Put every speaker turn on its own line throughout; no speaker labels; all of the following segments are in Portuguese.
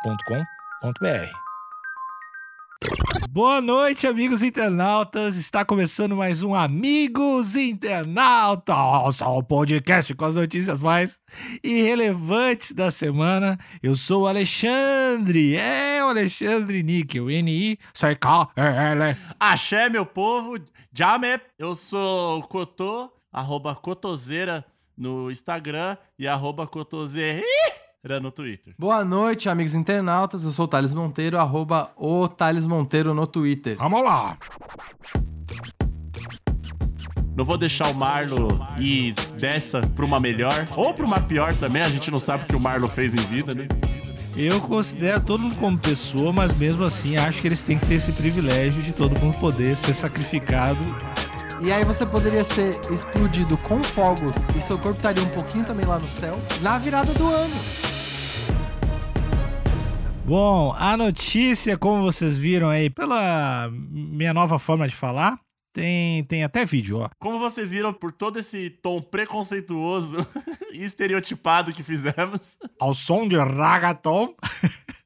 agenciadepodcast.com.br.
Boa noite, amigos internautas. Está começando mais um Amigos Internautas, o podcast com as notícias mais irrelevantes da semana. Eu sou o Alexandre, é o Alexandre Níquel, N-I, sai cá, é, é, né?
Axé, meu povo. Jamé, eu sou o Cotô, arroba Cotoseira no Instagram e arroba Cotoseira no Twitter.
Boa noite, amigos internautas. Eu sou o Thales Monteiro, arroba o Thales Monteiro no Twitter.
Vamos lá.
Não vou deixar o Marlo ir dessa pra uma melhor ou pra uma pior também. A gente não sabe o que o Marlo fez em vida, né?
Eu considero todo mundo como pessoa, mas mesmo assim acho que eles têm que ter esse privilégio de todo mundo poder ser sacrificado.
E aí você poderia ser explodido com fogos e seu corpo estaria um pouquinho também lá no céu na virada do ano.
Bom, a notícia, como vocês viram aí, pela minha nova forma de falar, tem, tem até vídeo, ó.
Como vocês viram por todo esse tom preconceituoso e estereotipado que fizemos,
Ao som de ragaton,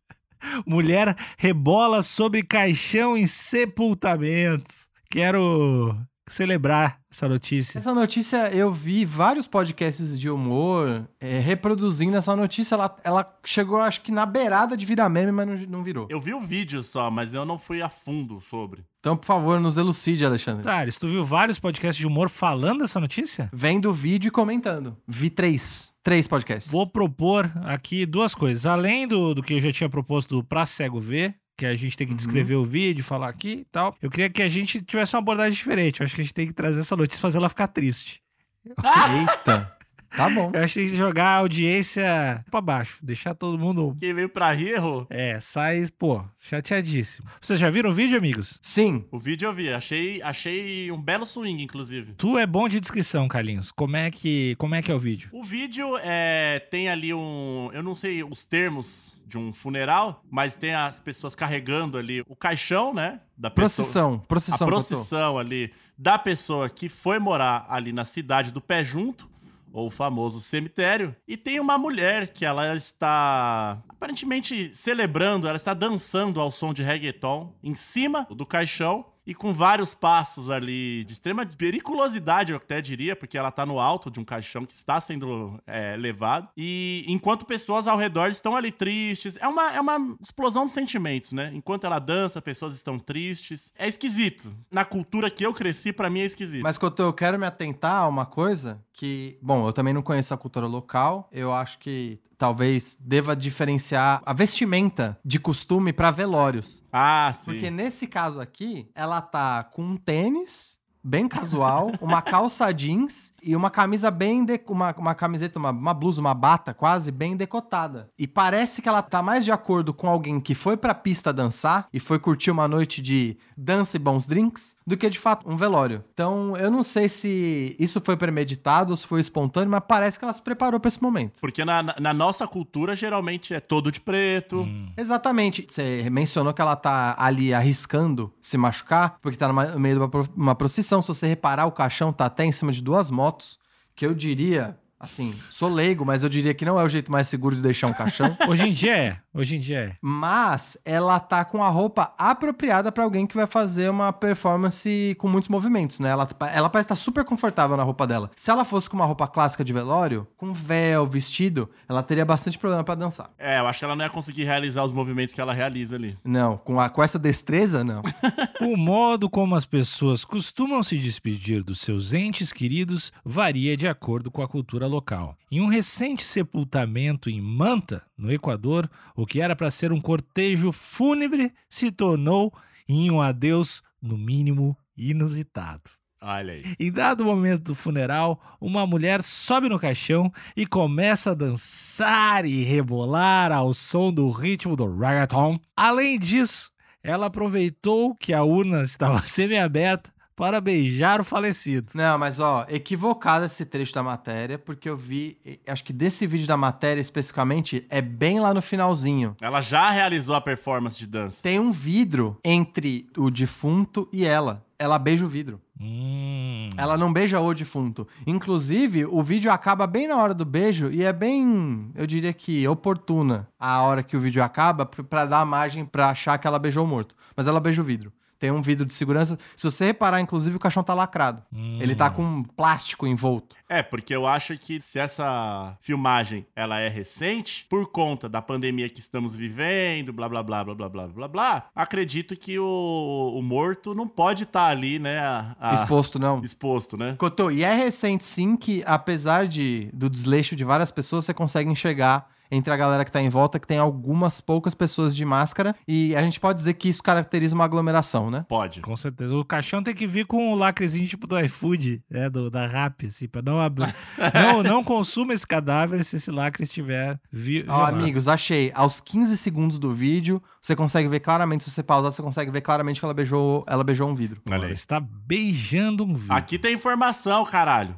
mulher rebola sobre caixão em sepultamentos. Quero celebrar essa notícia.
Essa notícia eu vi vários podcasts de humor é, reproduzindo essa notícia. Ela, ela chegou, acho que na beirada de virar meme, mas não, não virou.
eu vi o vídeo só, mas eu não fui a fundo sobre.
Então, por favor, nos elucide, Alexandre.
Thales, tu viu vários podcasts de humor falando dessa notícia?
Vendo o vídeo e comentando. Vi três. Três podcasts.
Vou propor aqui duas coisas. Além do, do que eu já tinha proposto do Pra Cego Ver, que a gente tem que descrever o vídeo, falar aqui e tal, eu queria que a gente tivesse uma abordagem diferente. Eu acho que a gente tem que trazer essa notícia e fazer ela ficar triste.
Eita. Tá bom.
Eu acho que tem que jogar a audiência pra baixo, deixar todo mundo.
Quem veio pra rir, errou.
É, sai, pô, chateadíssimo. Vocês já viram o vídeo, amigos?
Sim.
O vídeo eu vi, achei, achei um belo swing, inclusive.
Tu é bom de descrição, Carlinhos. Como é que, como é, que é o vídeo?
O vídeo é, tem ali um. Eu não sei os termos de um funeral, mas tem as pessoas carregando ali o caixão, né? Da pessoa.
Procissão. Procissão.
a
Cotô.
procissão ali da pessoa que foi morar ali na cidade do Pé Junto, ou o famoso cemitério. E tem uma mulher que ela está aparentemente celebrando, ela está dançando ao som de reggaeton em cima do caixão. E com vários passos ali de extrema periculosidade, eu até diria, porque ela tá no alto de um caixão que está sendo é, levado. E enquanto pessoas ao redor estão ali tristes. É uma, é uma explosão de sentimentos, né? Enquanto ela dança, pessoas estão tristes. É esquisito. Na cultura que eu cresci, pra mim é esquisito.
Mas, Cotô, eu quero me atentar a uma coisa que, bom, eu também não conheço a cultura local. Eu acho que talvez deva diferenciar a vestimenta de costume para velórios.
Ah, sim.
Porque nesse caso aqui, ela tá com um tênis bem casual, uma calça jeans e uma camisa bem de... uma, uma camiseta, uma, uma blusa, uma bata quase bem decotada. E parece que ela tá mais de acordo com alguém que foi pra pista dançar e foi curtir uma noite de dança e bons drinks do que de fato um velório. Então, eu não sei se isso foi premeditado ou se foi espontâneo, mas parece que ela se preparou pra esse momento.
Porque na, na- na nossa cultura, geralmente é todo de preto.
Exatamente. Você mencionou que ela tá ali arriscando se machucar, porque tá numa- no meio de uma, pro- uma procissão. Se você reparar, o caixão tá até em cima de duas motos, que eu diria, assim, sou leigo, mas eu diria que não é o jeito mais seguro de deixar um caixão.
Hoje em dia é. Hoje em dia é.
Mas ela tá com a roupa apropriada pra alguém que vai fazer uma performance com muitos movimentos, né? Ela, tá- ela parece estar super confortável na roupa dela. Se ela fosse com uma roupa clássica de velório, com véu, vestido, ela teria bastante problema pra dançar.
É, eu acho que ela não ia conseguir realizar os movimentos que ela realiza ali.
Não, com, a, com essa destreza, não.
O modo como as pessoas costumam se despedir dos seus entes queridos varia de acordo com a cultura local. Em um recente sepultamento em Manta, no Equador, o que era para ser um cortejo fúnebre se tornou em um adeus, no mínimo, inusitado.
Olha aí.
Em dado momento do funeral, uma mulher sobe no caixão e começa a dançar e rebolar ao som do ritmo do reggaeton. Além disso, ela aproveitou que a urna estava semi-aberta para beijar o falecido.
Não, mas ó, equivocado esse trecho da matéria, porque eu vi, eh, acho que desse vídeo da matéria especificamente, é bem lá no finalzinho.
Ela já realizou a performance de dança.
Tem um vidro entre o defunto e ela. Ela beija o vidro.
Hum.
Ela não beija o defunto. Inclusive, o vídeo acaba bem na hora do beijo e é bem, eu diria que oportuna a hora que o vídeo acaba p- pra dar margem pra achar que ela beijou o morto. Mas ela beija o vidro. Tem um vidro de segurança. Se você reparar, inclusive, o caixão tá lacrado. Ele tá com plástico envolto.
É, porque eu acho que se essa filmagem ela é recente, por conta da pandemia que estamos vivendo, blá blá blá blá blá blá blá blá, acredito que o, o morto não pode estar ali, né? a- a-
Exposto, não.
exposto, né?
Cotô, e é recente sim que, apesar de, do desleixo de várias pessoas, você consegue enxergar entre a galera que tá em volta que tem algumas poucas pessoas de máscara. E a gente pode dizer que isso caracteriza uma aglomeração, né?
Pode.
Com certeza. O caixão tem que vir com o lacrezinho tipo do iFood, né? Do, da Rap, assim, pra não abrir. não, não consuma esse cadáver se esse lacre estiver vi
Ó,
violado.
amigos, achei. Aos 15 segundos do vídeo, você consegue ver claramente, se você pausar, você consegue ver claramente que ela beijou, ela beijou um vidro.
Olha
Ela
aí.
está beijando um vidro.
Aqui tem informação, caralho.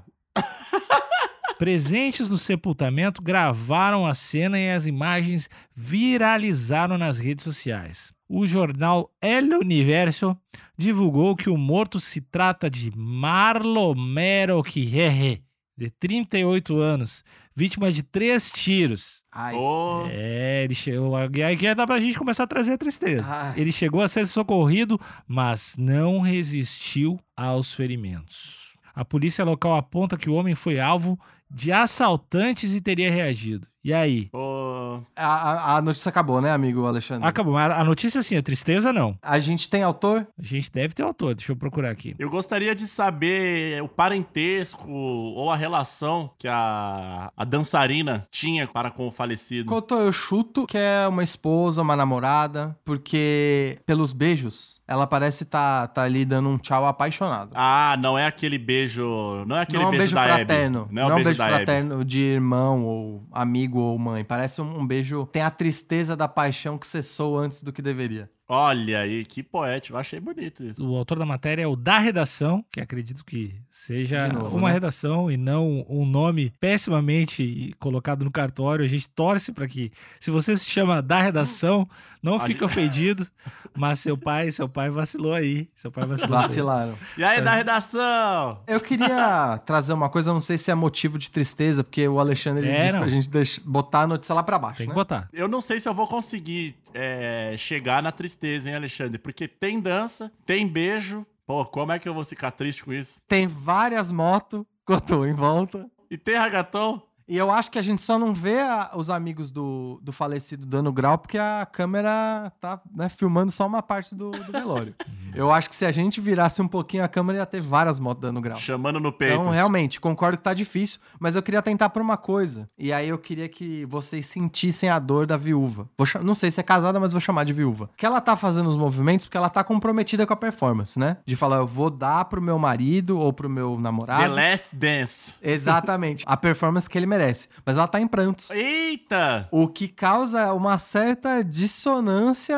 Presentes no sepultamento gravaram a cena e as imagens viralizaram nas redes sociais. O jornal El Universo divulgou que o morto se trata de Marlomero Quirre, de 38 anos, vítima de três tiros.
Ai.
Ô,
É, ele chegou. E aí que dá pra gente começar a trazer a tristeza.
Ai.
Ele chegou a ser socorrido, mas não resistiu aos ferimentos. A polícia local aponta que o homem foi alvo de assaltantes e teria reagido. E aí?
ô,
A, a- a notícia acabou, né, amigo Alexandre?
Acabou. mas A notícia assim, a tristeza não.
A gente tem autor?
A gente deve ter o autor, deixa eu procurar aqui.
Eu gostaria de saber o parentesco ou a relação que a, a dançarina tinha para com o falecido.
Cotô, eu chuto que é uma esposa, uma namorada, porque pelos beijos, ela parece tá, tá ali dando um tchau apaixonado.
Ah, não é aquele beijo. Não é aquele
não é um
beijo,
beijo
da Abby.
fraterno.
Não é um beijo, da Abby.
fraterno de irmão ou amigo ou mãe. Parece um, um beijo. Tem a tristeza da paixão que cessou antes do que deveria.
Olha aí, que poético. Eu achei bonito isso.
O autor da matéria é o da redação, que acredito que seja
De novo,
uma
né?
redação e não um nome pessimamente colocado no cartório. A gente torce para que, se você se chama da redação, não
A
fique ofendido, mas seu pai, seu pai vacilou aí, seu pai vacilou.
Vacilaram.
E aí, da redação?
Eu queria trazer uma coisa, eu não sei se é motivo de tristeza, porque o Alexandre ele
É,
disse
não.
pra gente deix- botar a notícia lá pra baixo.
Tem que
né?
botar.
Eu não sei se eu vou conseguir é, chegar na tristeza, hein, Alexandre? Porque tem dança, tem beijo. Pô, como é que eu vou ficar triste com isso?
Tem várias motos, Cotô, em volta.
E tem ragatão?
E eu acho que a gente só não vê a- os amigos do, do falecido dando grau porque a câmera tá né, filmando só uma parte do, do velório. eu acho que se a gente virasse um pouquinho a câmera ia ter várias motos dando grau.
Chamando no peito.
Então, realmente, concordo que tá difícil, mas eu queria tentar por uma coisa. E aí eu queria que vocês sentissem a dor da viúva. Vou cha- não sei se é casada, mas vou chamar de viúva. Que ela tá fazendo os movimentos porque ela tá comprometida com a performance, né? De falar, eu vou dar pro meu marido ou pro meu
The
namorado.
Last Dance.
Exatamente. A performance que ele merece. Mas ela tá em prantos.
Eita!
O que causa uma certa dissonância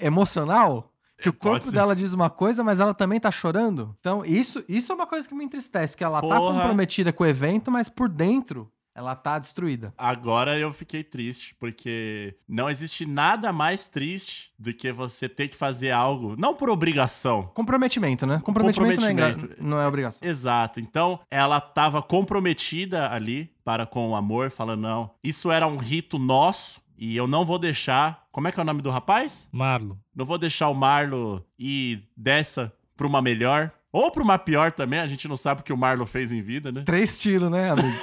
emocional. Que o
É, Pode
corpo
ser.
dela diz uma coisa, mas ela também tá chorando. Então, isso, isso é uma coisa que me entristece, que ela tá
Porra.
comprometida com o evento, mas por dentro ela tá destruída.
Agora eu fiquei triste, porque não existe nada mais triste do que você ter que fazer algo, não por obrigação.
Comprometimento, né? Comprometimento, não é engra-
Comprometimento.
não é obrigação.
Exato. Então, ela estava comprometida ali para com o amor, falando não, isso era um rito nosso e eu não vou deixar. Como é que é o nome do rapaz?
Marlo.
Não vou deixar o Marlo ir dessa para uma melhor ou para uma pior também. A gente não sabe o que o Marlo fez em vida, né?
Três tiros, né, amigo?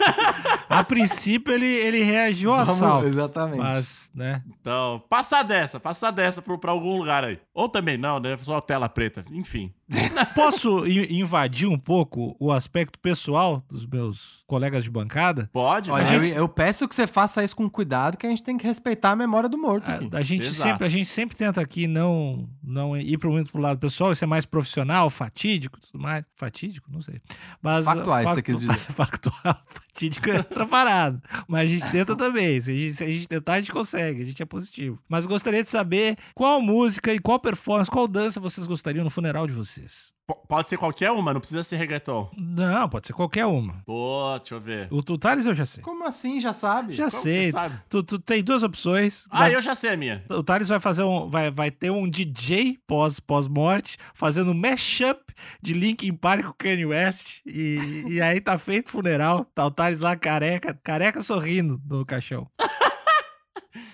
A princípio ele, ele reagiu ao
Vamos-
assalto,
Exatamente.
mas, né?
Então, passar dessa, passar dessa para algum lugar aí. Ou também não, né? Só tela preta. Enfim.
Posso i- invadir um pouco o aspecto pessoal dos meus colegas de bancada?
Pode,
Olha,
mas-
gente-
eu, eu peço que você faça isso com cuidado, que a gente tem que respeitar a memória do morto aqui.
É, A, a gente
Exato.
sempre, a gente sempre tenta aqui não não ir para muito pro lado pessoal, isso é mais profissional, fatídico, tudo mais. Fatídico, não sei. Mas
Factuais, você quis dizer.
Factual, fatídico é outra parada. Mas a gente tenta também. Se a gente, se a gente tentar, a gente consegue. A gente é positivo. Mas gostaria de saber qual música e qual performance, qual dança vocês gostariam no funeral de vocês.
Po- Pode ser qualquer uma, não precisa ser reggaeton.
Não, pode ser qualquer uma.
Pô, deixa eu ver.
O Tutares eu já sei.
Como assim, já sabe?
Já
que você
sei.
sabe?
Tu, tu tem duas opções.
Ah, eu já sei a minha.
O Thales vai fazer um. Vai, vai ter um DJ pós, pós-morte fazendo mashup de Linkin Park com Kanye West. E, e aí tá feito funeral. Tá o Thales lá careca, careca sorrindo no caixão.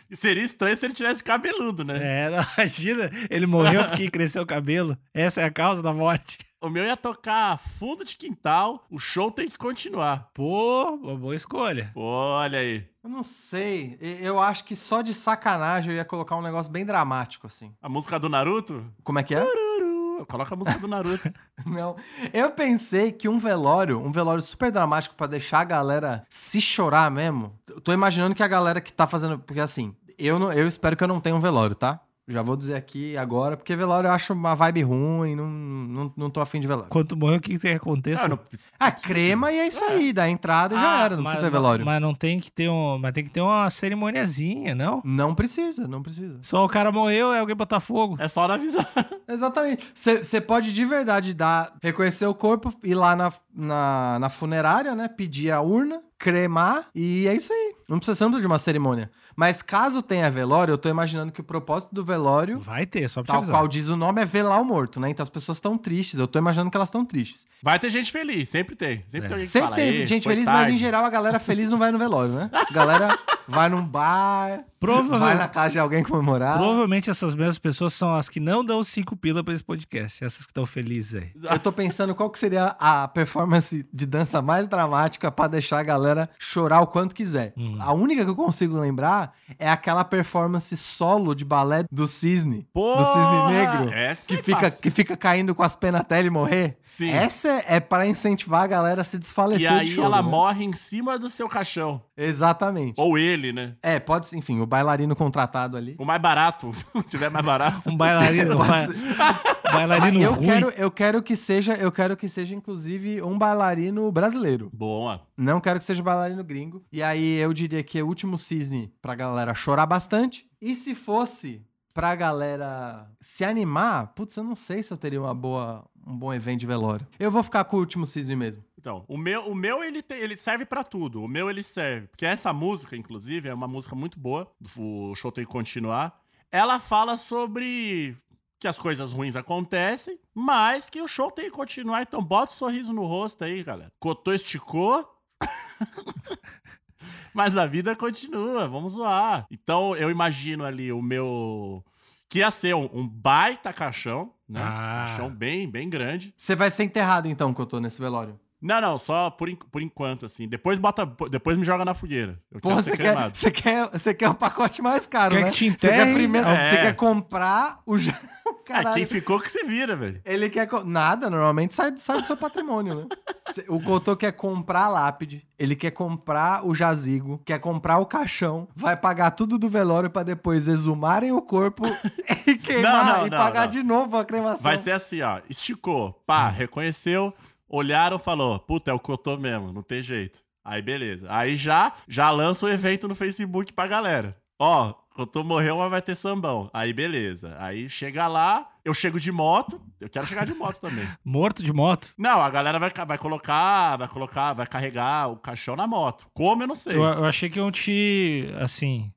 E Seria estranho se ele tivesse cabeludo, né?
É, não, imagina, ele morreu porque cresceu o cabelo. Essa é a causa da morte.
O meu ia tocar fundo de quintal, o show tem que continuar.
Pô, uma boa escolha.
Pô, Olha aí.
Eu não sei. E- Eu acho que só de sacanagem eu ia colocar um negócio bem dramático, assim.
A música do Naruto?
Como é que é?
Tururu. Coloca a música do Naruto.
Não. Eu pensei que um velório, um velório super dramático pra deixar a galera se chorar mesmo. Eu Tô imaginando que a galera que tá fazendo. Porque assim, eu, não, eu espero que eu não tenha um velório, tá? Já vou dizer aqui agora, porque velório eu acho uma vibe ruim, não, não, não tô afim de velório.
Quando tu morrer, o que que acontece?
Ah, não precisa.
Ah, crema e é isso aí, da entrada e já era, não precisa ter velório.
Ah, Mas não tem que ter um. Mas tem que ter uma cerimoniazinha, não?
Não precisa, não precisa.
Só o cara morreu e alguém botar fogo.
É só hora avisar.
Exatamente. Você pode de verdade dar, reconhecer o corpo, ir lá na, na, na funerária, né? Pedir a urna, cremar e é isso aí. Não precisa, você não precisa de uma cerimônia. Mas caso tenha velório, eu tô imaginando que o propósito do velório,
Vai ter, só pra te
tal
avisar.
qual diz o nome, é velar o morto, né? Então as pessoas estão tristes. Eu tô imaginando que elas estão tristes.
Vai ter gente feliz, sempre tem. Sempre tem alguém que
É. Sempre
fala,
tem
"Ê,
gente
foi
feliz, mas
tarde."
em geral a galera feliz não vai no velório, né? A galera vai num bar,
Prova-
vai na casa de alguém comemorar.
Provavelmente essas mesmas pessoas são as que não dão cinco pila pra esse podcast. Essas que estão felizes aí.
Eu tô pensando qual que seria a performance de dança mais dramática pra deixar a galera chorar o quanto quiser.
Uhum.
A única que eu consigo lembrar é aquela performance solo de balé do cisne, do cisne
Porra!
negro,
Essa
que
é
fica
fácil.
que fica caindo com as penas até ele morrer.
Sim.
Essa é pra incentivar a galera a se
E
desfalecer
aí
de choro,
ela
né?
morre em cima do seu caixão.
Exatamente.
Ou ele, né?
É, pode ser, enfim, o bailarino contratado ali.
O mais barato. Se tiver mais barato.
Um bailarino, um ba-
Pode ser.
bailarino
Ah, eu
ruim.
quero, eu quero que seja, eu quero que seja inclusive um bailarino brasileiro.
Boa.
Não quero que seja bailarino gringo. E aí eu diria que é o último cisne pra galera chorar bastante. E se fosse pra galera se animar, putz, eu não sei se eu teria uma boa, um bom evento de velório. Eu vou ficar com o último cisne mesmo.
Então, o meu, o meu ele, tem- ele serve pra tudo. O meu ele serve. Porque essa música, inclusive, é uma música muito boa. O show tem que continuar. Ela fala sobre que as coisas ruins acontecem, mas que o show tem que continuar. Então, bota o sorriso no rosto aí, galera. Cotô esticou. mas a vida continua. Vamos zoar. Então, eu imagino ali o meu. Que ia ser um, um baita caixão, né?
Ah.
Caixão bem, bem grande.
Você vai ser enterrado então, que eu tô nesse velório.
Não, não, só por, en- por enquanto, assim. Depois bota. Depois me joga na fogueira. Eu
Pô,
quero
você
ser
quer,
cremado.
você quer, você quer o pacote mais caro,
Quer
né?
que te
Você quer
enterre?
primeiro,
É.
você quer comprar o ja-
Ah, quem
Caralho.
ficou que se vira, velho.
Ele quer. co- Nada, normalmente sai, do- sai do seu patrimônio, né? Cê- O Cotô quer comprar a lápide, ele quer comprar o jazigo, quer comprar o caixão, vai pagar tudo do velório pra depois exumarem o corpo e queimar
Não, não,
e
não,
pagar
não.
de novo a cremação.
Vai ser assim, ó. Esticou,
Hum.
pá, reconheceu, olharam, falou: puta, é o Cotô mesmo, não tem jeito. Aí beleza. Aí já, já lança o evento no Facebook pra galera. Ó, Cotô morreu, mas vai ter sambão. Aí beleza. Aí chega lá, eu chego de moto. Eu quero chegar de moto também.
Morto de moto.
Não, a galera vai, ca- vai colocar, vai colocar, vai carregar o caixão na moto. Como eu não sei.
Eu, eu achei que iam te, assim,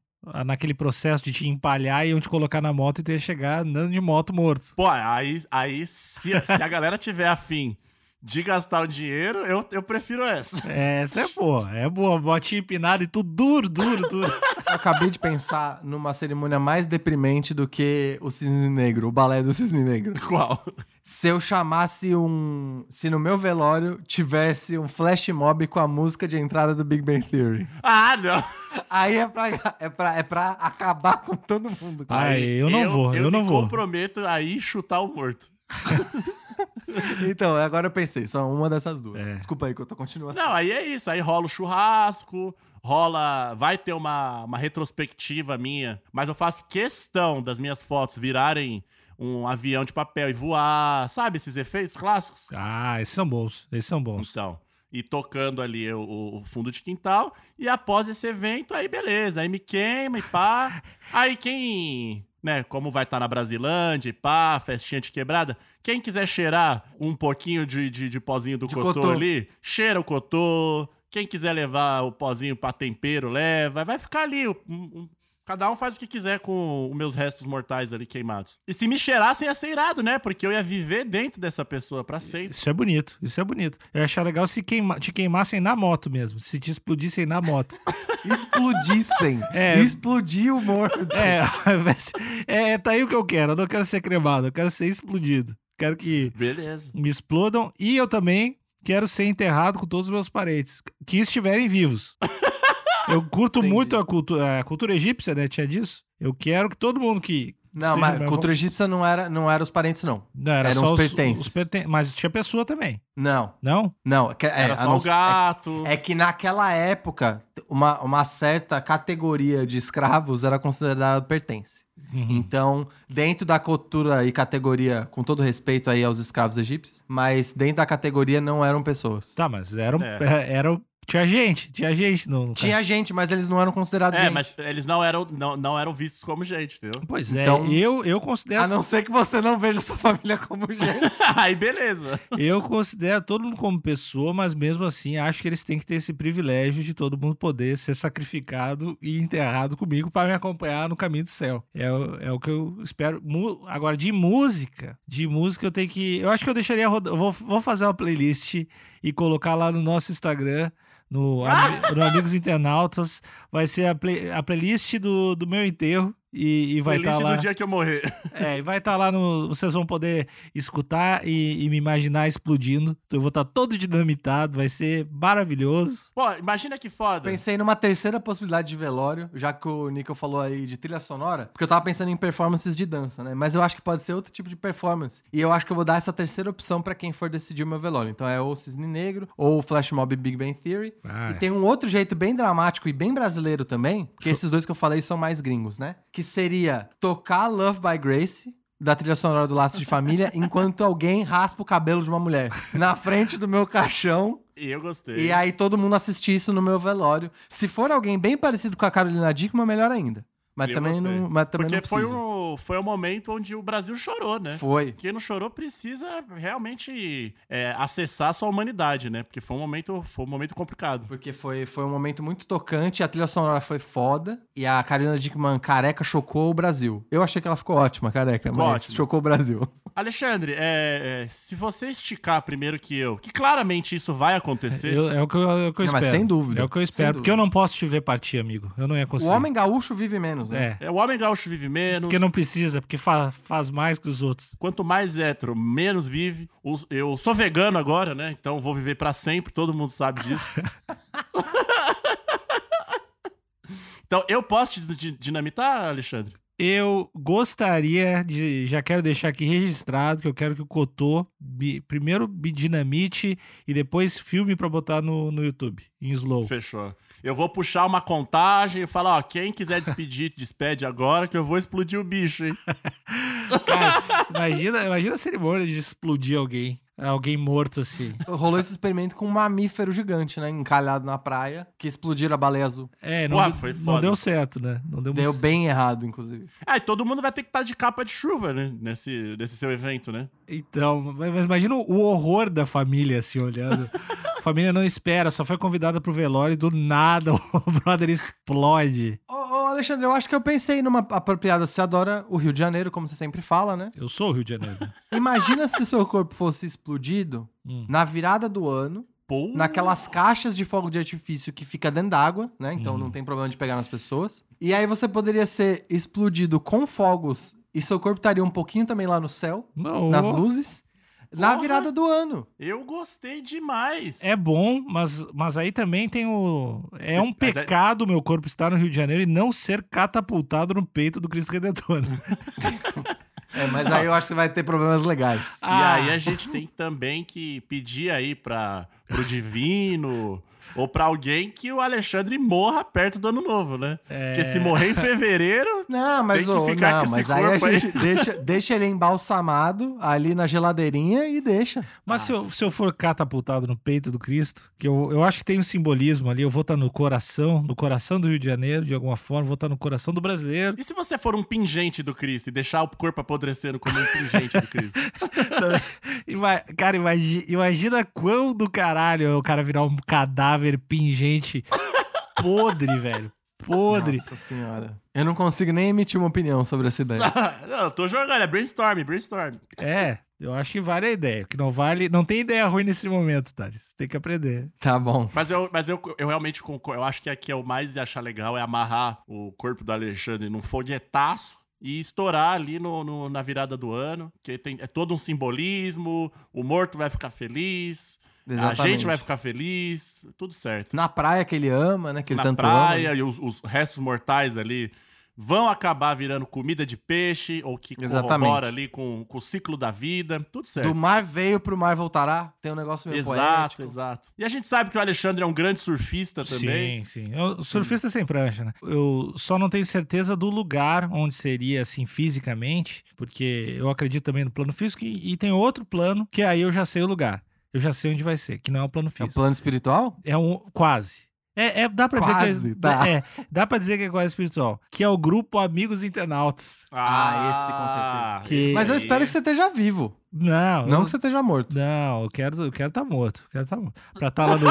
naquele processo de te empalhar, iam te colocar na moto e tu ia chegar andando de moto morto.
Pô, aí, aí se, se a galera tiver afim de gastar o dinheiro, eu, eu prefiro essa.
É, Essa é boa, é boa. Botinha empinada e tudo duro, duro, duro.
Eu acabei de pensar numa cerimônia mais deprimente do que o Cisne Negro, o balé do Cisne Negro.
Qual?
Se eu chamasse um. Se no meu velório tivesse um flash mob com a música de entrada do Big Bang Theory.
Ah, não.
Aí é pra, é pra, é pra acabar com todo mundo. cara.
Ah,
Ai, eu não vou, eu não
me
vou.
comprometo a ir chutar o morto. é.
Então, agora eu pensei, são uma dessas duas. Desculpa aí que eu tô continuando assim.
Não, aí é isso. Aí rola o churrasco, rola. Vai ter uma, uma retrospectiva minha, mas eu faço questão das minhas fotos virarem um avião de papel e voar. Sabe esses efeitos clássicos?
Ah, esses são bons, esses são bons.
Então, e tocando ali o- o, o fundo de quintal. E após esse evento, aí beleza, aí me queima e pá. Aí quem né? Como vai estar na Brasilândia, e pá, festinha de quebrada. Quem quiser cheirar um pouquinho de, de, de pozinho do
De
cotô,
cotô.
ali, cheira o cotô. Quem quiser levar o pozinho pra tempero, leva. Vai ficar ali. um- um- cada um faz o que quiser com os meus restos mortais ali queimados. E se me cheirassem, ia ser irado, né? Porque eu ia viver dentro dessa pessoa pra sempre.
Isso é bonito, isso é bonito. Eu ia achar legal se queima- te queimassem na moto mesmo, se te explodissem na moto.
assim. Explodissem.
É.
Explodiu o morto.
é, é, tá aí o que eu quero. Eu não quero ser cremado, eu quero ser explodido. Quero que
Beleza.
me explodam e eu também quero ser enterrado com todos os meus parentes que estiverem vivos. Eu curto
Entendi.
muito a cultura, a cultura egípcia, né? Tinha disso. Eu quero que todo mundo que
Não,
esteja
mas
na-
cultura egípcia não era, não era os parentes, não.
não, era
eram
só
os
os,
pertences.
os perten- mas tinha pessoa também,
Não,
não?
não. que- É,
Era
a
só
não
o
ser-
gato.
É que naquela época, uma, uma certa categoria de escravos era considerada pertence.
Uhum.
Então, dentro da cultura e categoria, com todo respeito aí aos escravos egípcios, mas dentro da categoria não eram pessoas.
Tá, mas era, um-
É.
era- tinha gente, tinha gente tá. no, no
Tinha gente, mas eles não eram considerados
É,
gente.
mas eles não eram, não, não eram vistos como gente, entendeu?
Pois é,
Então-
eu, eu considero
A não ser que você não veja sua família como gente.
Aí beleza.
eu considero todo mundo como pessoa, mas mesmo assim acho que eles têm que ter esse privilégio de todo mundo poder ser sacrificado e enterrado comigo para me acompanhar no caminho do céu. É, o- é o que eu espero. Mu- Agora, de música, de música eu tenho que. Eu acho que eu deixaria rodar. eu Vou, vou fazer uma playlist e colocar lá no nosso Instagram. No, Ami- no Amigos Internautas, vai ser a, play- a playlist do, do meu enterro e, e vai estar
tá
Feliz
lá.
do dia que eu morrer.
É, e vai estar lá no. Vocês vão poder escutar e, e me imaginar explodindo. Então, Eu vou estar todo dinamitado, vai ser maravilhoso.
Pô, imagina que foda.
Pensei numa terceira possibilidade de velório, já que o Nico falou aí de trilha sonora, porque eu tava pensando em performances de dança, né? Mas eu acho que pode ser outro tipo de performance. E eu acho que eu vou dar essa terceira opção pra quem for decidir o meu velório. Então é ou Cisne Negro, ou o Flash Mob Big Bang Theory.
Ah, é.
E tem um outro jeito bem dramático e bem brasileiro também, porque esses dois que eu falei são mais gringos, né? Que seria tocar Love by Grace. Da trilha sonora do Laço de Família, enquanto alguém raspa o cabelo de uma mulher na frente do meu caixão
E eu gostei.
e aí todo mundo assistir isso no meu velório. Se for alguém bem parecido com a Carolina Dickman, melhor ainda. Mas
Eu
também,
gostei.
não, mas também
Porque
não
foi,
precisa.
um, foi um momento onde o Brasil chorou, né?
Foi.
Quem não chorou precisa realmente é, acessar a sua humanidade, né? Porque foi um momento, foi um momento complicado.
Porque foi, foi um momento muito tocante, a trilha sonora foi foda, e a Carolina Dickman careca chocou o Brasil. Eu achei que ela ficou ótima, careca,
Ficou
mas
ótima.
chocou o Brasil.
Alexandre, é, é, se você esticar primeiro que eu, que claramente isso vai acontecer,
Eu- é o que eu, é o que eu
Não,
espero.
mas sem dúvida,
É o que eu
sem
espero. Porque eu não posso te ver partir, amigo. Eu não ia
O
conseguir.
homem gaúcho vive menos, né?
É.
é, o homem gaúcho vive menos.
Porque não precisa, porque fa- faz mais que os outros.
Quanto mais hétero, menos vive. Os- Eu sou vegano agora, né? Então vou viver pra sempre, todo mundo sabe disso. então eu posso te di- dinamitar, Alexandre?
Eu gostaria de. Já quero deixar aqui registrado que eu quero que o Cotô me- primeiro me dinamite e depois filme pra botar no, no YouTube, em slow.
Fechou. Eu vou puxar uma contagem e falar, ó, quem quiser despedir, despede agora que eu vou explodir o bicho, hein?
Cara, imagina, imagina a cerimônia de explodir alguém. Alguém morto assim.
Rolou esse experimento com um mamífero gigante, né? Encalhado na praia, que explodiram a baleia azul.
É, não,
Uau,
deu-
foi
não
foda.
deu certo, né? Não
um
deu,
Deu
muito
bem errado, inclusive.
Ah, e todo mundo vai ter que estar de capa de chuva, né? Nesse, nesse seu evento, né?
Então, mas mas imagina o horror da família assim olhando. A família não espera, só foi convidada pro velório e do nada o brother explode.
Ô, ô, Alexandre, eu acho que eu pensei numa apropriada. Você adora o Rio de Janeiro, como você sempre fala, né?
Eu sou o Rio de Janeiro.
Imagina se seu corpo fosse explodido
Hum.
na virada do ano,
Pô,
naquelas caixas de fogo de artifício que fica dentro d'água, né? Então
Uhum.
não tem problema de pegar nas pessoas. E aí você poderia ser explodido com fogos e seu corpo estaria um pouquinho também lá no céu,
Não,
nas luzes,
Oh.
na
Porra.
virada do ano.
eu gostei demais.
é bom, mas, mas aí também tem o. É um
Mas é-
pecado o meu corpo estar no Rio de Janeiro e não ser catapultado no peito do Cristo Redentor. né?
É, mas aí eu acho que você vai ter problemas legais.
E aí a gente tem também que pedir aí para pro divino, Ou pra alguém que o Alexandre morra perto do ano novo, né? Porque se morrer em fevereiro,
Não, mas,
Tem que
ô,
ficar
não,
com
mas
esse
aí a
corpo aí.
gente deixa, deixa ele embalsamado ali na geladeirinha e deixa.
Mas se, eu, se eu for catapultado no peito do Cristo, que eu, eu acho que tem um simbolismo ali, eu vou estar no coração, no coração do Rio de Janeiro, de alguma forma, vou estar no coração do brasileiro.
E se você for um pingente do Cristo e deixar o corpo apodrecendo como um pingente do Cristo?
Ima- cara, imagi- imagina quão do caralho é o cara virar um cadáver pingente podre, velho. Podre.
Nossa senhora. Eu não consigo nem emitir uma opinião sobre essa ideia.
não, eu tô jogando, é brainstorm, brainstorm.
É, eu acho que vale a ideia. Que não vale. Não tem ideia ruim nesse momento, Thales. Tem que aprender.
Tá bom.
Mas eu, mas eu, eu realmente concordo. Eu acho que aqui é o mais ia achar legal é amarrar o corpo do Alexandre num foguetaço e estourar ali no, no- na virada do ano. Que tem, é todo um simbolismo, o morto vai ficar feliz, a gente
Exatamente.
vai ficar feliz, tudo certo.
Na praia que ele ama, né? Que ele
na
tanto
praia
ama.
e os, os restos mortais ali vão acabar virando comida de peixe ou que
Exatamente.
corrobora ali com, com o ciclo da vida, tudo certo.
Do mar veio pro mar voltará. Tem um negócio meio
Exato,
poético.
exato. E a gente sabe que o Alexandre é um grande surfista também.
Sim, sim. Eu, surfista sem prancha, né? Eu só não tenho certeza do lugar onde seria, assim, fisicamente, porque eu acredito também no plano físico e, e tem outro plano que aí eu já sei o lugar. Eu já sei onde vai ser, que não é o plano
É
físico.
o plano espiritual?
É um quase. É, é- dá pra
Quase,
dizer que é,
tá.
é, dá para dizer que é quase espiritual, que é o grupo Amigos Internautas.
Ah, esse com certeza.
Que-
esse
Mas eu
aí.
espero que você esteja vivo.
Não,
Não
eu,
que você esteja morto.
não, eu quero, eu quero tá morto, quero tá morto. Pra estar lá no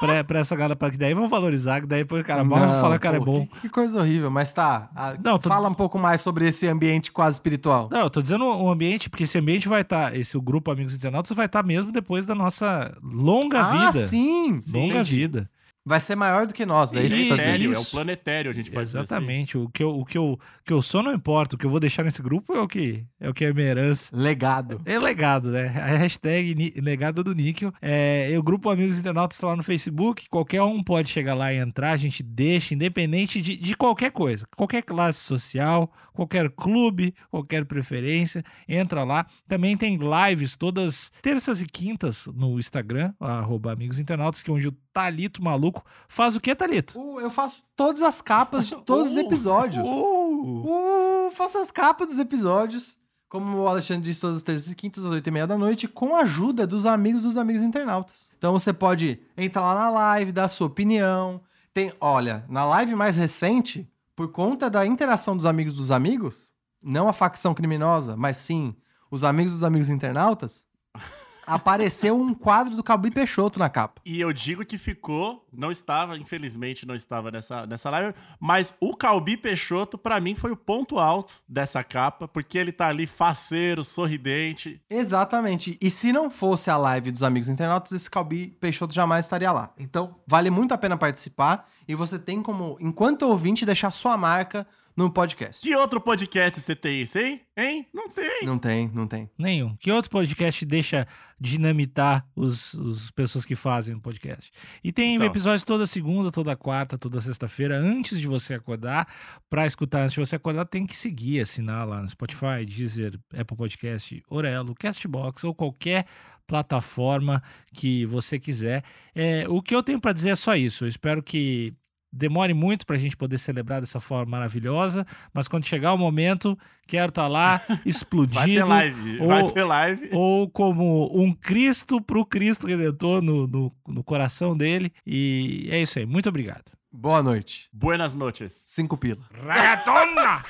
pra, pra essa galera, pra que daí vão valorizar, que daí pô, o cara morre, vão
Não,
falar que o cara é
pô,
bom.
Que, que coisa horrível, mas tá. a-
Não, tô-
Fala um pouco mais sobre esse ambiente quase espiritual.
Não, eu tô dizendo um ambiente, porque esse ambiente vai estar, esse o grupo Amigos Internautas vai estar mesmo depois da nossa longa
ah,
vida.
sim!
Longa
entendi.
vida.
Vai ser maior do que nós, é isso que tá dizendo.
Planetério, é o
Isso.
planetério, a gente pode dizer. assim.
Exatamente. O que eu, o que eu, o que eu sou não importa, o que eu vou deixar nesse grupo é o que é o que é minha herança.
Legado.
É legado, né? A hashtag ni- legado do níquel. É, eu grupo Amigos Internautas tá lá no Facebook. Qualquer um pode chegar lá e entrar. A gente deixa, independente de, de qualquer coisa. Qualquer classe social, qualquer clube, qualquer preferência. Entra lá. Também tem lives todas terças e quintas no Instagram, arroba Amigos Internautas, que é onde o Talito Maluco faz o que, Talito?
Uh, eu faço todas as capas de todos os
Uh,
episódios.
Uh!
Uh, faço as capas dos episódios. Como o Alexandre disse, todas as terças e quintas, às oito e meia da noite, com a ajuda dos amigos dos amigos internautas. Então você pode entrar lá na live, dar a sua opinião. Tem, olha, na live mais recente, por conta da interação dos amigos dos amigos, não a facção criminosa, mas sim os amigos dos amigos internautas, apareceu um quadro do Cabo Peixoto na capa.
E eu digo que ficou, não estava, infelizmente não estava nessa, nessa live, mas o Calbi Peixoto, pra mim, foi o ponto alto dessa capa, porque ele tá ali faceiro, sorridente.
Exatamente. E se não fosse a live dos amigos internautas, esse Calbi Peixoto jamais estaria lá. Então, vale muito a pena participar e você tem como, enquanto ouvinte, deixar sua marca no podcast.
Que outro podcast você tem isso, hein? Hein? Não tem.
Não tem, não tem.
Nenhum. Que outro podcast deixa dinamitar os, os pessoas que fazem o podcast? E tem
Então.
episódios toda segunda, toda quarta, toda sexta-feira, antes de você acordar. Pra escutar antes de você acordar, tem que seguir, assinar lá no Spotify, Deezer, Apple Podcast, Orelo, Castbox ou qualquer plataforma que você quiser. É, o que eu tenho pra dizer é só isso. Eu espero que demore muito pra gente poder celebrar dessa forma maravilhosa, mas quando chegar o momento, quero estar lá explodindo
Vai ter live, vai
ou-
ter live.
ou como um Cristo pro Cristo Redentor no, no, no coração dele. E é isso aí. Muito obrigado.
Boa noite.
Buenas noches.
Cinco pila.
Ragatona!